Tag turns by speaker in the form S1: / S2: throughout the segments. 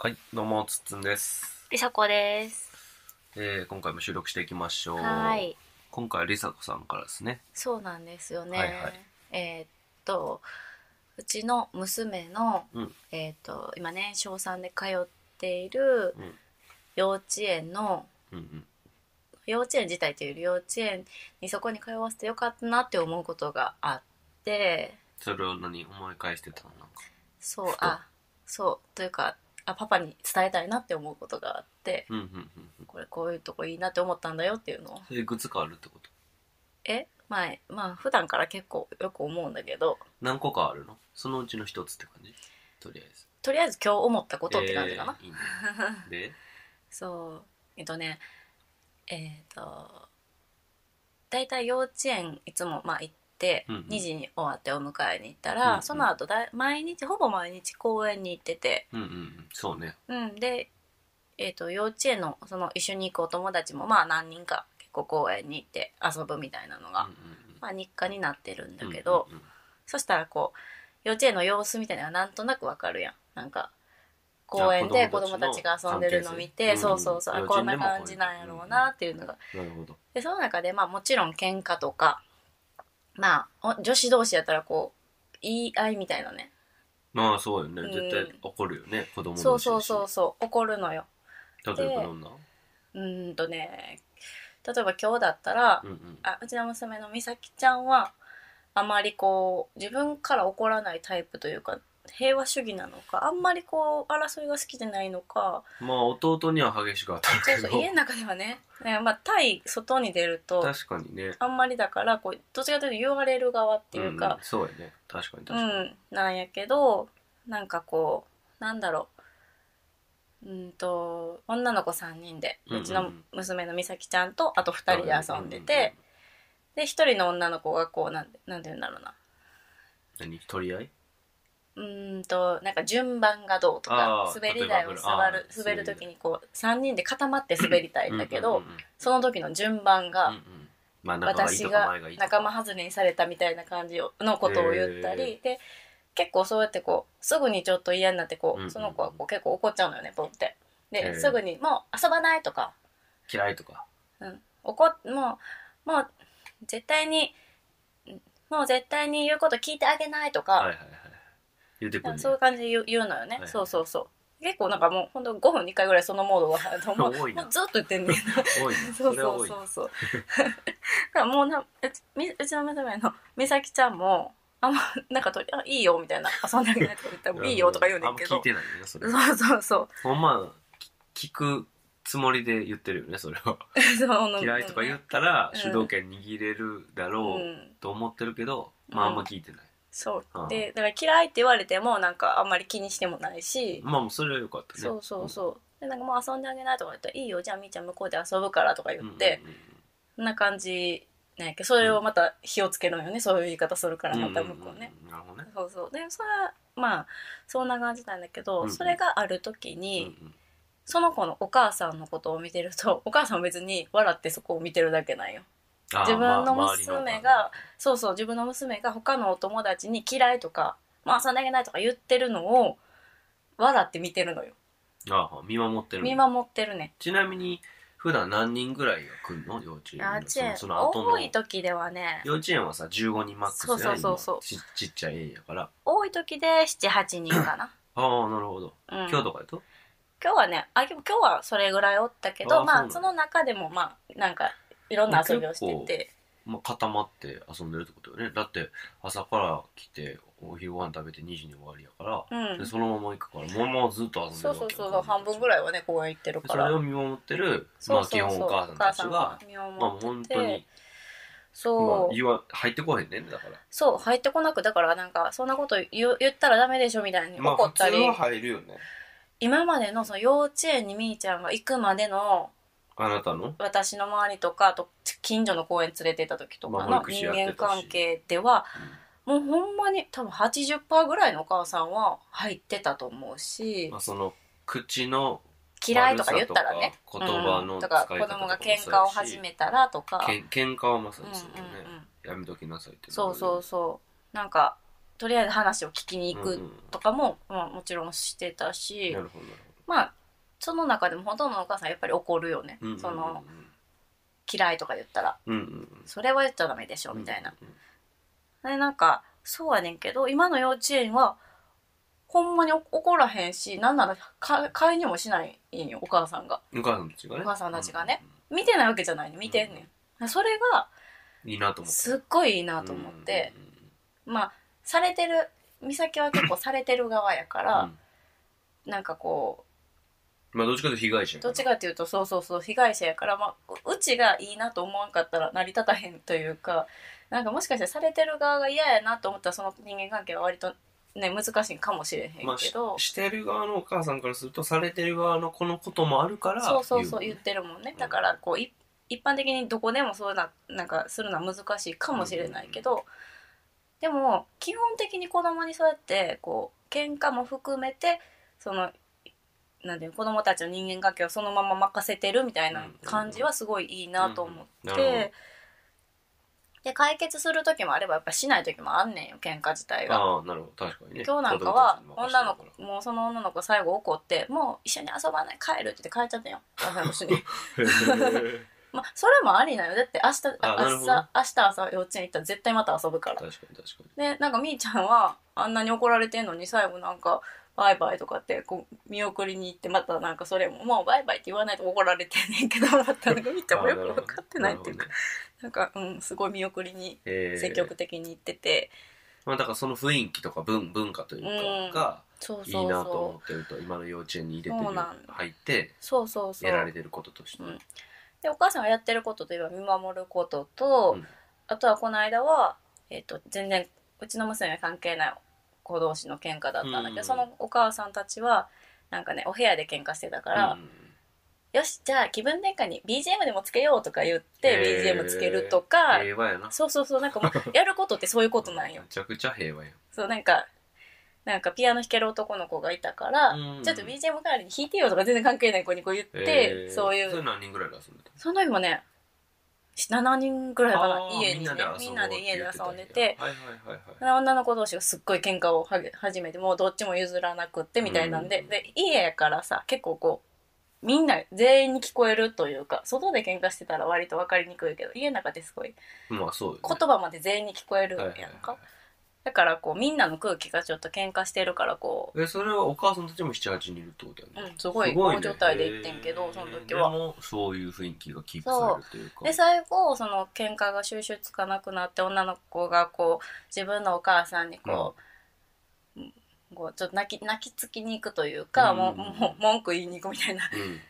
S1: はい、どうも、つっつんです。
S2: りさこです。
S1: えー、今回も収録していきましょう。
S2: はい。
S1: 今回はりさこさんからですね。
S2: そうなんですよね。
S1: はいはい
S2: えーっと、うちの娘の、
S1: うん
S2: えーっと、今ね、小3で通っている
S1: うん
S2: 幼稚園の、
S1: うんうん。
S2: 幼稚園自体というより幼稚園にそこに通わせてよかったなって思うことがあって、
S1: それを何思い返してたのなんか。
S2: そう
S1: ふ、と
S2: あ、そう、というか、あ、パパに伝えたいなって思うことがあって、
S1: うんうんうんうん。
S2: これこういうとこいいなって思ったんだよっていうのを。
S1: それいくつかあるってこと
S2: え前、まあ普段から結構よく思うんだけど、
S1: 何個かあるのそのうちの一つって感じとりあえず。
S2: とりあえず今日思ったことって感じかな、
S1: えーいいね。で、
S2: そうえっとねえっ、とだいたい幼稚園いつもまあ行って、
S1: うんうん
S2: 2時に終わってお迎えに行った
S1: うん
S2: ら、
S1: うん
S2: その後だい毎日ほぼ毎日公園に行ってて
S1: うんうんうん。そうね。
S2: うんでえっ、と幼稚園のその一緒に行くお友達もまあ何人か結構公園に行って遊ぶみたいなの
S1: う
S2: が、
S1: んうんうん
S2: まあ日課になってるんだけど、
S1: うんうんうん
S2: そしたらこう幼稚園の様子みたいなのがなんとなくわかるやんなんか公園で子
S1: 子
S2: 供
S1: 供
S2: た
S1: た
S2: ち
S1: ちの
S2: が遊んでるの見
S1: 関
S2: て、
S1: 係性
S2: そうそうそう
S1: うん
S2: あ
S1: 幼
S2: こ
S1: 稚
S2: ん
S1: 園でもこうい
S2: な
S1: う
S2: 感じなんやろうなっていうのが
S1: なるほど。
S2: でその中でまあもちろん喧嘩とかまあお女子同士やったらこう言い合いみたいなね
S1: まあそうよね
S2: う。ん
S1: 絶対怒るよね。子供の
S2: そうそうそうそう怒るのよ
S1: 例えばどんな
S2: うーんとね例えば今日だったら、
S1: うんうん。
S2: あうちの娘の美咲ちゃんはあまりこう自分から怒らないタイプというか平和主義なのかあんまりこう争いが好きじゃないのか
S1: まあ弟には激しく当た
S2: そう
S1: るけ
S2: そう
S1: ど
S2: 家の中ではねねまあ対外に出ると
S1: 確かにね
S2: あんまりだからこうどっちかというと言われる側っていう
S1: うん
S2: か
S1: ん、そうやね確かに
S2: う
S1: 確
S2: ん
S1: かに、
S2: なんやけどなんかこうなんだろううんと女の子3人で
S1: うんうんう
S2: うんちの娘の美咲ちゃんとあと2人で遊んでて、で1人の女の子がこうなんてなんて言うんだろうな
S1: うんうんうん何取り合いう
S2: ーんとなんか順番がどうとか
S1: あー
S2: 滑り台を
S1: 例
S2: 座
S1: えばあ
S2: る
S1: ー
S2: 滑る時にこう3人で固まって滑りたいんだけど、
S1: うんうんうん
S2: その時の順番
S1: うん
S2: が
S1: うんまあ仲がいい
S2: 私
S1: とか
S2: が
S1: 前がいいとか
S2: 仲間外れにされたみたいな感じをのことを言ったりで結構そうやってこうすぐにちょっと嫌になって
S1: うんう
S2: こ
S1: んう
S2: うんその子はこう結構怒っちゃうのよねポンって。
S1: へー
S2: ですぐに「もう遊ばない」とか
S1: 嫌いとか
S2: うん、怒っもうもう絶対にうんもう絶対に言うこと聞いてあげないとか、
S1: はいはいはい言うてくんね
S2: そういう感じで言う言うのよね、
S1: はい
S2: そうそうそう結構なんかもうほんと5分に1回ぐらいそのモードがあるとも う
S1: 多いな
S2: もうずっと言ってんねん
S1: 多いね
S2: そ
S1: そうれは
S2: そう
S1: 多い
S2: そうそうだからもうなうちみうちの娘の美咲ちゃんもあんまなんかとりあいいよみたいな遊んであげないとか言ったらいいよとか言うねんけ
S1: あんま聞
S2: ど
S1: いてないねそれ
S2: そうそうそう
S1: ほんまき聞くつもりで言ってるよねそ れは
S2: そう
S1: 嫌いとか言ったら
S2: うん
S1: 主導権握れるだ
S2: う
S1: ろうんと思ってるけどまああんま聞いてない
S2: そう
S1: ああ
S2: でだから嫌いって言われてもなんかあんまり気にしてもないし、
S1: まあもうそれは良かったね
S2: そうそうそうでなんかもう遊んであげないとか言ったら「いいよじゃあみーちゃん向こうで遊ぶから」とか言
S1: うん
S2: っ
S1: うん
S2: て、
S1: うんうん
S2: そんな感じなんやけどそれをまた火をつけるんよねそういう言い方するからまた向こうね、
S1: うんうんうんなるほどね
S2: そうそうでそれはまあそんな感じなんだけど、
S1: うんうん
S2: それがある時に、
S1: うんうん
S2: その子のお母さんのことを見てると お母さんは別に笑ってそこを見てるだけなんよ
S1: あー
S2: 自分の
S1: まあ周りの
S2: 娘がそうそう自分の娘が他のお友達に嫌いとかまあ遊んであげないとか言ってるのを笑って見てるのよ
S1: ああ見守ってる
S2: 見守ってるね
S1: ちなみに普段何人ぐらいが来るの幼稚園
S2: 幼稚園
S1: そのその後の
S2: 多い時ではね
S1: 幼稚園はさ15人マックスや
S2: そうそうそう
S1: 今ちちっちゃい園やから
S2: 多い時で78人かな、
S1: ああなるほど、
S2: うん、
S1: 今日とかやと
S2: 今日はねあでも今日はそれぐらいおったけど
S1: あ
S2: まあ
S1: そ
S2: そう
S1: な
S2: の中でもまあなんかいろんな遊びをしてて
S1: まあ、固まって遊んでるってことよねだって朝から来てお昼ご飯食べて2時に終わりやから、
S2: うん
S1: でそのまま行くからもうもうずっと遊んでる
S2: そう
S1: わけ
S2: そ
S1: よ
S2: うそう半分ぐらいはね公園行ってる
S1: で
S2: か
S1: それ
S2: ら
S1: を見守ってる
S2: そうそうそう
S1: まあ基本お母さんたち
S2: お
S1: が
S2: 母さん
S1: まあ
S2: が見守
S1: 本
S2: ってて、
S1: 当に、まあ
S2: そう、
S1: 言わ入ってこへんねんだから
S2: そう入ってこなくだからなんかそんなこと言う言ったらダメでしょみたいに
S1: まあ
S2: 怒っ
S1: 普通
S2: たり、
S1: は入るよね
S2: 今までのその幼稚園にみーちゃんが行くまでの
S1: あなたの
S2: 私の周りとかあと近所の公園連れて行った時とか
S1: まあ
S2: の
S1: 保育士
S2: 人
S1: やってた
S2: 間
S1: し
S2: 関係ではもうほんまに多分80%ぐらいのお母さんは入ってたと思うし
S1: まあ、その口の
S2: 嫌いとか言ったらね
S1: 悪さとか言葉の
S2: うん
S1: 使
S2: と
S1: い方
S2: か
S1: とか
S2: 子
S1: もそうやし
S2: 供が喧嘩を始めたらとか
S1: けん喧嘩はまさ
S2: うんう
S1: に
S2: ん
S1: そうだよね、
S2: うん
S1: やめときなさいって
S2: そうそうそうなんかとりあえず話を聞きに行
S1: うんう
S2: く
S1: ん
S2: とかも、まあ、もちろんしてたし
S1: なるほどなる
S2: まその中でもほとんどのお母さんやっぱり怒るよね、
S1: うんうんうんうん
S2: その嫌いとか言ったら
S1: うんうん
S2: それは言っちゃダメでしょみたいな、
S1: うん
S2: でなんかそうやねんけど今の幼稚園はほんまにお怒らへんしなんならか介入もしないんよお母さんが
S1: うんお母さんたちがね
S2: お母さんたちがね見てないわけじゃないの見てんねん、それが
S1: うんいいなと思って
S2: すっごいいいなと思って、まあされてる美咲は結構されてる側やか
S1: うんうんう
S2: ら
S1: ん、
S2: なんかこ
S1: まあどっちかというと被害者
S2: う
S1: やから
S2: どっちかっていうとそうそうそう被害者やから、まあ、ううちがいいなと思わんかったら成り立たへんというかなんかもしかしてされてる側が嫌やなと思ったらその人間関係は割とね難しいんかもしれへ
S1: ま
S2: ん
S1: あ
S2: け
S1: し
S2: ど、
S1: してる側のお母さんからするとされてる側のこのこともあるから
S2: そうそうそう
S1: 言
S2: 言
S1: う
S2: ってるもんね
S1: うん
S2: だからこうい一般的にどこでもそうななんかするのは難しいかもしれないけど、でも基本的に子供にそうやってこう喧嘩も含めてそのなんていうの子供たちの人間関係をそのまま任せてるみたいな感じはすごいいいなと思って、
S1: うんうんうんなる
S2: で解決する時もあればやっぱしない時もあんねんよ喧嘩自体が。
S1: ああなるほど確かにね
S2: 今日なんかは
S1: 子供たちに任せて
S2: 女
S1: る
S2: の
S1: か
S2: 子もうその女の子最後怒ってもう一緒に遊ばない帰るって言って帰っち ゃったんよ朝のうちに
S1: らへえ
S2: まあそれもありなよだって明日
S1: あなるほど
S2: 朝明日朝幼稚園行ったら絶対また遊ぶから
S1: 確かに確 かに
S2: でなんかみーちゃんはあんなに怒られてんのに最後なんかバイバイとかってこう見送りに行ってまたなんかそれももうバイバイって言わないと怒られてんねんけどだっ たのがみーちゃんもよく分かってないっていうか
S1: あ
S2: なんかうんすごい見送りに
S1: あなるほどねへえ
S2: 積極的に行ってて、
S1: まあだからその雰囲気とか文文化というかが
S2: そう
S1: いい
S2: そう
S1: なと
S2: そ
S1: 思ってると今の幼稚園に入れて
S2: そう
S1: る
S2: なん
S1: 入って
S2: うそうそうそう
S1: やられてることとして
S2: うんでお母さんがやってることといえば見守ることと、
S1: うん
S2: あとはこの間は、えっと全然うちの娘に関係ない子同士の喧嘩だったんだけど、
S1: うん
S2: そのお母さんたちはなんかねお部屋で喧嘩してたか、
S1: から
S2: よしじゃあ気分転換に BGM でもつけようとか言って
S1: へー
S2: BGM つけるとか、
S1: 平和やな
S2: そうそうそうなん かもうやることってそういうことなんよ
S1: め。ちゃくちゃ平和や
S2: そうなんかなんかピアノ弾ける男の子がいたから、
S1: うん
S2: ちょっと BGM 代わりに弾いてよとか全然関係ない子にこう言って、
S1: へえ
S2: そういう
S1: それ何人ぐらいで遊んでた
S2: その時もね7人ぐらいかな
S1: あー
S2: 家にねみんなで家で遊んでて
S1: はいはいはいはい
S2: 女の子同士がすっごい喧嘩をはげ始めてもうどっちも譲らなくってみたいなんで、
S1: うん
S2: で家やからさ結構こうみんな全員に聞こえるというか外で喧嘩してたら割と分かりにくいけど家の中ですごい
S1: まあそうよね
S2: 言葉まで全員に聞こえるやんか、
S1: はいはいは
S2: だからこうみんなの空気がちょっと喧嘩してるからこ
S1: いえそれはお母さんたちも78人いるってことや
S2: う、う
S1: ね
S2: ん、すごい
S1: すごい
S2: 高
S1: ね
S2: 状態で行ってんけどその時は
S1: でもそういう雰囲気がキープされるというか
S2: で最後その喧嘩が収拾つかなくなって女の子がこう自分のお母さんにこう,、こうちょっと泣き泣きつきに行くというか、
S1: うん
S2: もうもう文句言いに行くみたいな
S1: うん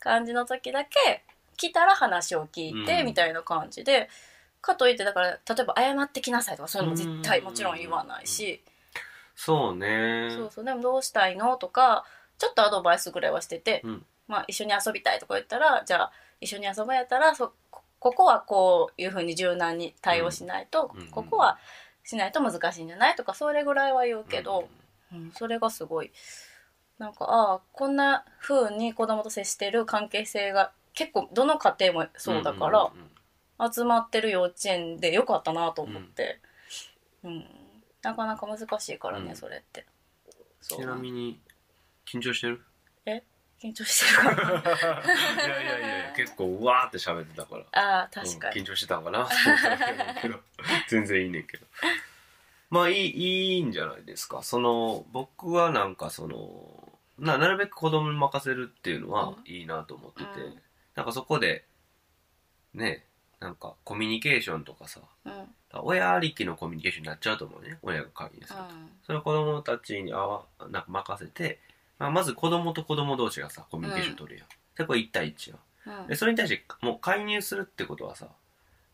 S2: 感じの時だけ来たら話を聞いて
S1: うん
S2: みたいな感じで、かといってだから例えば謝ってきなさいとかそういうのも絶対
S1: うん
S2: もちろん言わないし、
S1: そうね
S2: そうそうでもどうしたいのとかちょっとアドバイスぐらいはしてて、
S1: うん
S2: まあ、一緒に遊びたいとか言ったらじゃあ一緒に遊ぼうやったらそこここはこういうふうに柔軟に対応しないと、
S1: うん
S2: ここはしないと難しいんじゃないとかそれぐらいは言うけど、うんそれがすごいなんかああこんなふうに子供と接してる関係性が結構どの家庭もそうだから、
S1: んんん
S2: 集まってる幼稚園でよかったなと思って、うんなかなか難しいからね、
S1: うん
S2: それってそ
S1: ちなみに緊張して る
S2: 緊張してるから
S1: いやいやいや結構うわーって喋ってたから
S2: ああ確かに、
S1: うん緊張してたんか なけど全然いいねんけどまあいいいいんじゃないですかその僕はなんかそのななるべく子供に任せるっていうのは
S2: う
S1: いいなと思ってて、
S2: うん
S1: なんかそこでねなんかコミュニケーションとかさ
S2: うんうん
S1: 親ありきのコミュニケーションになっちゃうと思うね親が管理すると、それを子供たちにあわなんか任せて、まあ、まず子供と子供同士がさコミュニケーション取るやん、でこれ1対1やん
S2: うん
S1: でそれに対してもう介入するってことはさ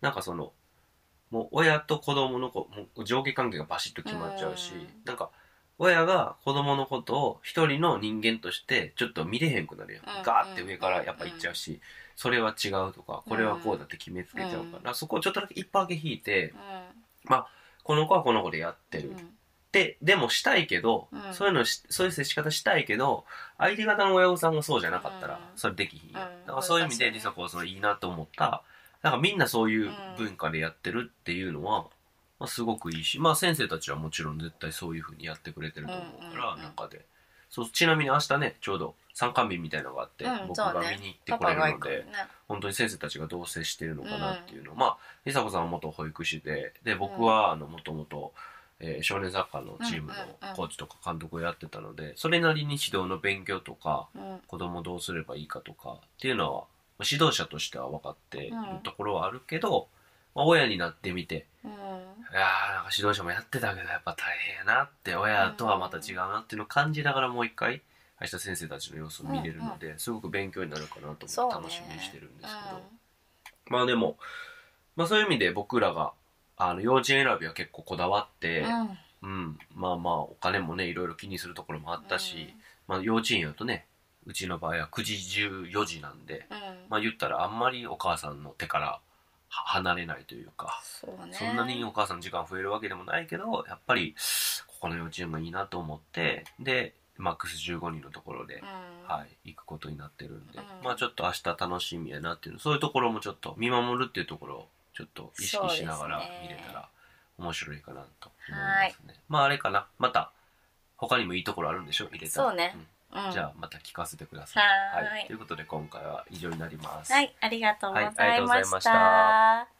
S1: なんかそのもう親と子供のこもう上下関係がバシッと決まっちゃうし、
S2: うん
S1: なんか親が子供のことを一人の人間としてちょっと見れへんくなるやん、
S2: うん
S1: ガーって上からやっぱ行っちゃうし、それは違うとかこれはこうだって決めつけちゃうから、そこをちょっとだけ一歩だけ引いてこの子はこの子でやって
S2: う
S1: る、
S2: ん
S1: ででもしたいけど、
S2: うん
S1: そういうのしそういう接し方したいけど相手方の親御さんがそうじゃなかったら、
S2: うん
S1: それできひんやん、
S2: うん
S1: だからそういう意味で
S2: 難し
S1: 梨
S2: いね
S1: 紗子はそのいいなと思ったなんかみんなそういう
S2: うん
S1: 文化でやってるっていうのは、まあ、すごくいいし、まあ、先生たちはもちろん絶対そういうふうにやってくれてると思うから、
S2: うんうんうん
S1: 中でそうちなみに明日ねちょうど参観日みたいなのがあって、
S2: うん
S1: 僕
S2: そ
S1: が
S2: うね
S1: 見に行って
S2: パ
S1: これ
S2: パが
S1: るの
S2: 行く
S1: で、
S2: ね
S1: 本当に先生たちがどう接してるのかなっていうの、まあ梨紗子さんは元保育士でで僕はあの元々、えー少年サッカーのチーム
S2: うんうんう
S1: の
S2: ん
S1: コーチとか監督をやってたのでそれなりに指導の勉強とか
S2: うん
S1: 子供どうすればいいかとかっていうのはまあ指導者としては分かっているところはあるけど、まあ、親になってみて
S2: うん
S1: いやーなんか指導者もやってたけどやっぱ大変やなって親とはまた違うなっていうのを感じながらもう一回林田先生たちの様子を見れるので、すごく勉強になるかなと
S2: そう
S1: 思
S2: ね
S1: って楽しみにしてるんですけど、
S2: うん
S1: まあでも、まあ、そういう意味で僕らがあの幼稚園選びは結構こだわって、
S2: うん
S1: うんまあまあお金もねいろいろ気にするところもあったし、まあ、幼稚園やとねうちの場合は9時14時なんで、
S2: うん、
S1: まあ、言ったらあんまりお母さんの手からは離れないというか。
S2: そうね
S1: そんなにお母さん時間増えるわけでもないけどやっぱりここの幼稚園がいいなと思ってでマックス15人のところで
S2: う、ん
S1: はい、行くことになってるんで、
S2: うん
S1: まあちょっと明日楽しみやなっていうそういうところもちょっと見守るっていうところをちょっと意識しながら
S2: そうです
S1: 見
S2: ね
S1: れたら面白いかなと思いますねまああれかなまた他にもいいところあるんでしょ入れたら
S2: そうね
S1: ん
S2: うん
S1: じゃあまた聞かせてください
S2: はーい
S1: ということで今回は以上になります、
S2: はい、ありがとうございま
S1: はいありがとうございま
S2: し。
S1: した